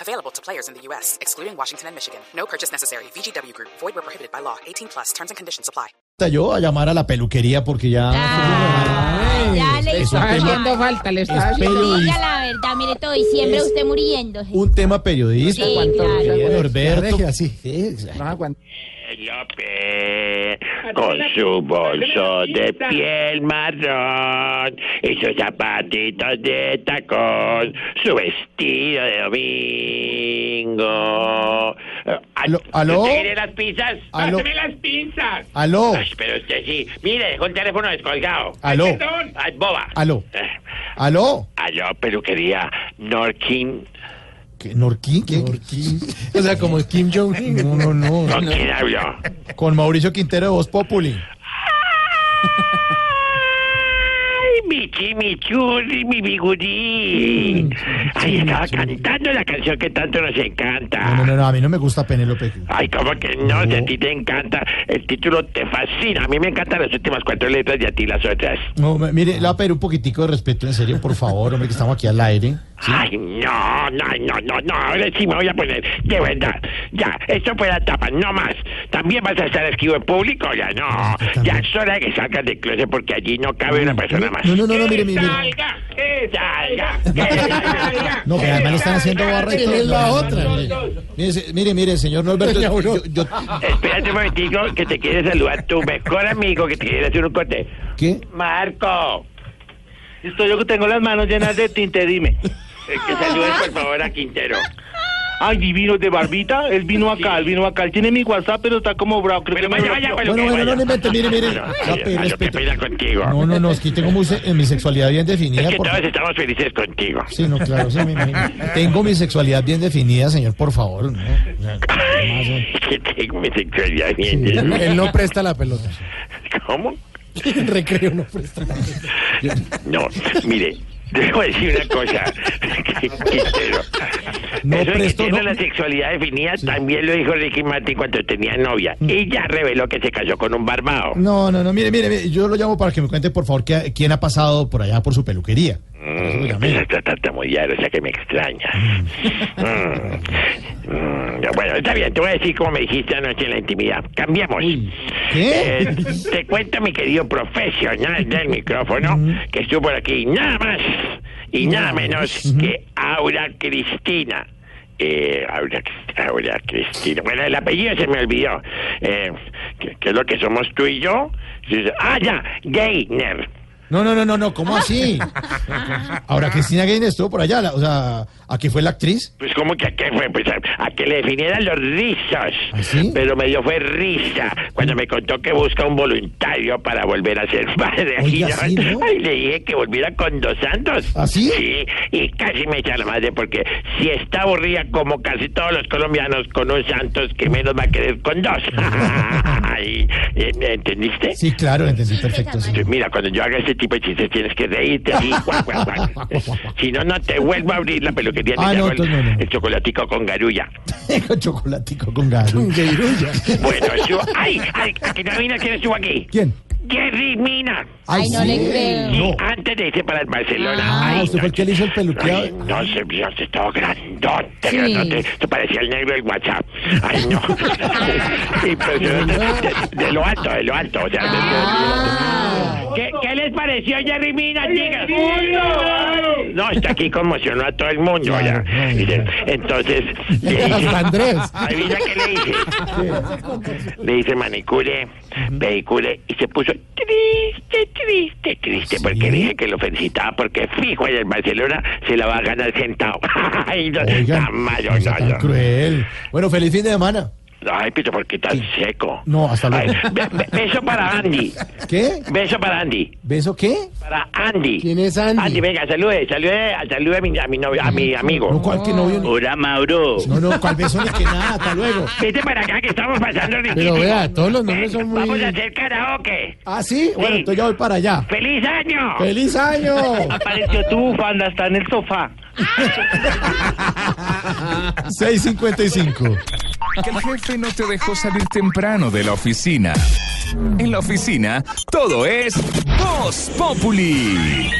Available to players in the U.S., excluding Washington and Michigan. No purchase necessary. VGW Group, void were prohibited by law. 18 plus terms and conditions apply. yo a llamar a la peluquería porque ya... Ah, Ya le hizo Estaba falta. haciendo falta, le estaba Espero- haciendo Diga la verdad, mire todo diciembre usted muriéndose. Un tema periodístico. Sí, claro. Bien, Norberto. No aguanto. López, con su bolso de piel marrón y sus zapatitos de tacón, su vestido de domingo. Eh, Aló, aló. ¿Usted quiere las pinzas? Aló. ¡Páseme las pinzas! Aló, Ay, pero usted sí. Mire, dejó el teléfono descolgado. Aló. Ay, perdón. Ay, boba. Aló. Eh, aló. Aló, peluquería. Norkin. ¿Qué, ¿Norquín? ¿Qué? O sea, como Kim Jong-un. No, no, ¿Con no. quién habló? Con Mauricio Quintero de Voz Populi. ¡Ay, mi chimichurri, mi bigurí! Ay, estaba cantando la canción que tanto nos No, no, encanta. no, no, a mí no me gusta Penélope. Ay, ¿cómo que no? Si No. a ti te encanta, el título te fascina. A mí me encantan las últimas cuatro letras y a ti las otras. No, me- mire, la pero un poquitico de respeto, en serio, por favor, hombre, que estamos aquí al aire. Ay, no, no, no, no, no. Ahora sí me voy a poner, de verdad. Ya, esto fue la tapa, no más. También vas a estar esquivo en público, ya no. Ya es hora de que salgas del closet porque allí no cabe una persona más. No, no, no, no, mire, mire. mire. ¡Salga! ¡Que salga! ¡Que salga! No, pero además le están haciendo barra y todo. No, no, no, no. Mire, se- mire, mire, señor Norberto, yo, yo- Espérate un momentico que te quiere saludar tu mejor amigo que te quiere hacer un corte. ¿Qué? Marco, Listo, yo que tengo las manos llenas de tinte, dime. eh, que saludes por favor a Quintero. Ay, divino de barbita, él vino acá, él vino acá. Él tiene mi WhatsApp, pero está como bravo. Creo Bueno, que me vaya, bloqueó. vaya, bueno, Bueno, que bueno, no vaya. le invente, mire, mire. No, La oye, pero Mario, qué respeto. pena contigo. No, no, no, es que tengo muy se- eh, mi sexualidad bien definida. es que por todos favor. estamos felices contigo. Sí, no, claro, sí, me imagino. Tengo mi sexualidad bien definida, señor, por favor. ¿no? O sea, más, eh. que tengo mi sexualidad bien. Él no presta la pelota. ¿Cómo? En recreo no pues, presta. No, mire, debo decir una cosa, Quintero. No Eso de que presto, tiene no. la sexualidad definida también lo dijo Ricky Martin cuando tenía novia. Mm. Y ya reveló que se casó con un barbado. No, no, no, mire, mire, mire, yo lo llamo para que me cuente, por favor, que- quién ha pasado por allá por su peluquería. Mm. Por eso lo llamé. Empieza a tratar de mollar, o sea que me extraña. Mm. Mm, Bueno, está bien, te voy a decir como me dijiste anoche en la intimidad. Cambiemos. ¿Qué? Eh, te cuento, mi querido profesional del micrófono, que estuvo por aquí nada más y nada menos que Aura Cristina. Eh, Aura, Crist- Aura Cristina. Bueno, el apellido se me olvidó. Eh, ¿qué, qué es lo que somos tú y yo? Ah, ya, Gainer. No, no, no, no, no, ¿cómo así? Ahora, Cristina Gaines estuvo por allá, la- o sea, aquí fue la actriz. Pues como que a qué fue, pues a, a que le definieran los rizos. ¿Ah, sí? Pero me dio fue risa cuando me contó que busca un voluntario para volver a ser padre. Oiga, sí, ¿no? Ay, le dije que volviera con dos santos. ¿Ah, sí? Sí, y casi me echa la madre porque si está aburrida como casi todos los colombianos con un santos que menos va a querer con dos. Ay, ¿eh, ¿Entendiste? Sí, claro, entendí perfecto. sí. Mira, cuando yo haga este tipo de chistes tienes que reírte así, guac, guac, guac. Si no, no te vuelvo a abrir la peluquería. Te Ah, no, llamo el, entonces no, no. el chocolatico con garulla. Con chocolatico con gallo. Bueno, yo... ¡Ay! ¡Ay! ¿Quién adivina quién estuvo aquí? ¿Quién? Jerry Mina. Ay, no le creo. Sí, No. antes de irse para el Barcelona. Ah, Ay, ¿usted fue el que le hizo el peluqueado? Ay, no, se vio, se estaba grandote, Sí. grandote. Se parecía el negro del WhatsApp. Ay, no. Impresionante. De, de lo alto, de lo alto. O sea, de- de- de lo Ah. alto. ¿Qué, qué les pareció Jerry Mina, chicas? No, está aquí conmocionó a todo el mundo. ya. Claro, claro, Dice, Entonces, le dije- Hasta Andrés. Adivina qué le hice. Le hice manicure, pedicure y se puso triste, triste, triste porque dije que lo felicitaba porque fijo en el Barcelona se la va a ganar sentado. Ay, no, Oigan, tan malo, no sea no, tan no. cruel. Bueno, feliz fin de semana. Ay, Pito, ¿por qué tan seco? No, hasta luego. Ay, be- be- beso para Andy. ¿Qué? Beso para Andy. ¿Beso qué? Para Andy. ¿Quién es Andy? Andy, venga, salude, salude, salude a mi, a mi, novio- a mi No, amigo. ¿cuál que novio? ni- Hola, Mauro. No, no, ¿cuál beso ni que nada? Hasta luego. Vete para acá que estamos pasando Pero riquísimo. vea, todos los nombres son muy... Vamos a hacer karaoke. ¿Ah, sí? Bueno, Sí. entonces ya voy para allá. ¡Feliz año! ¡Feliz año! Apareció tu bufanda, está en el sofá. 655. Que el jefe no te dejó salir temprano de la oficina. En la oficina, todo es Voz Populi.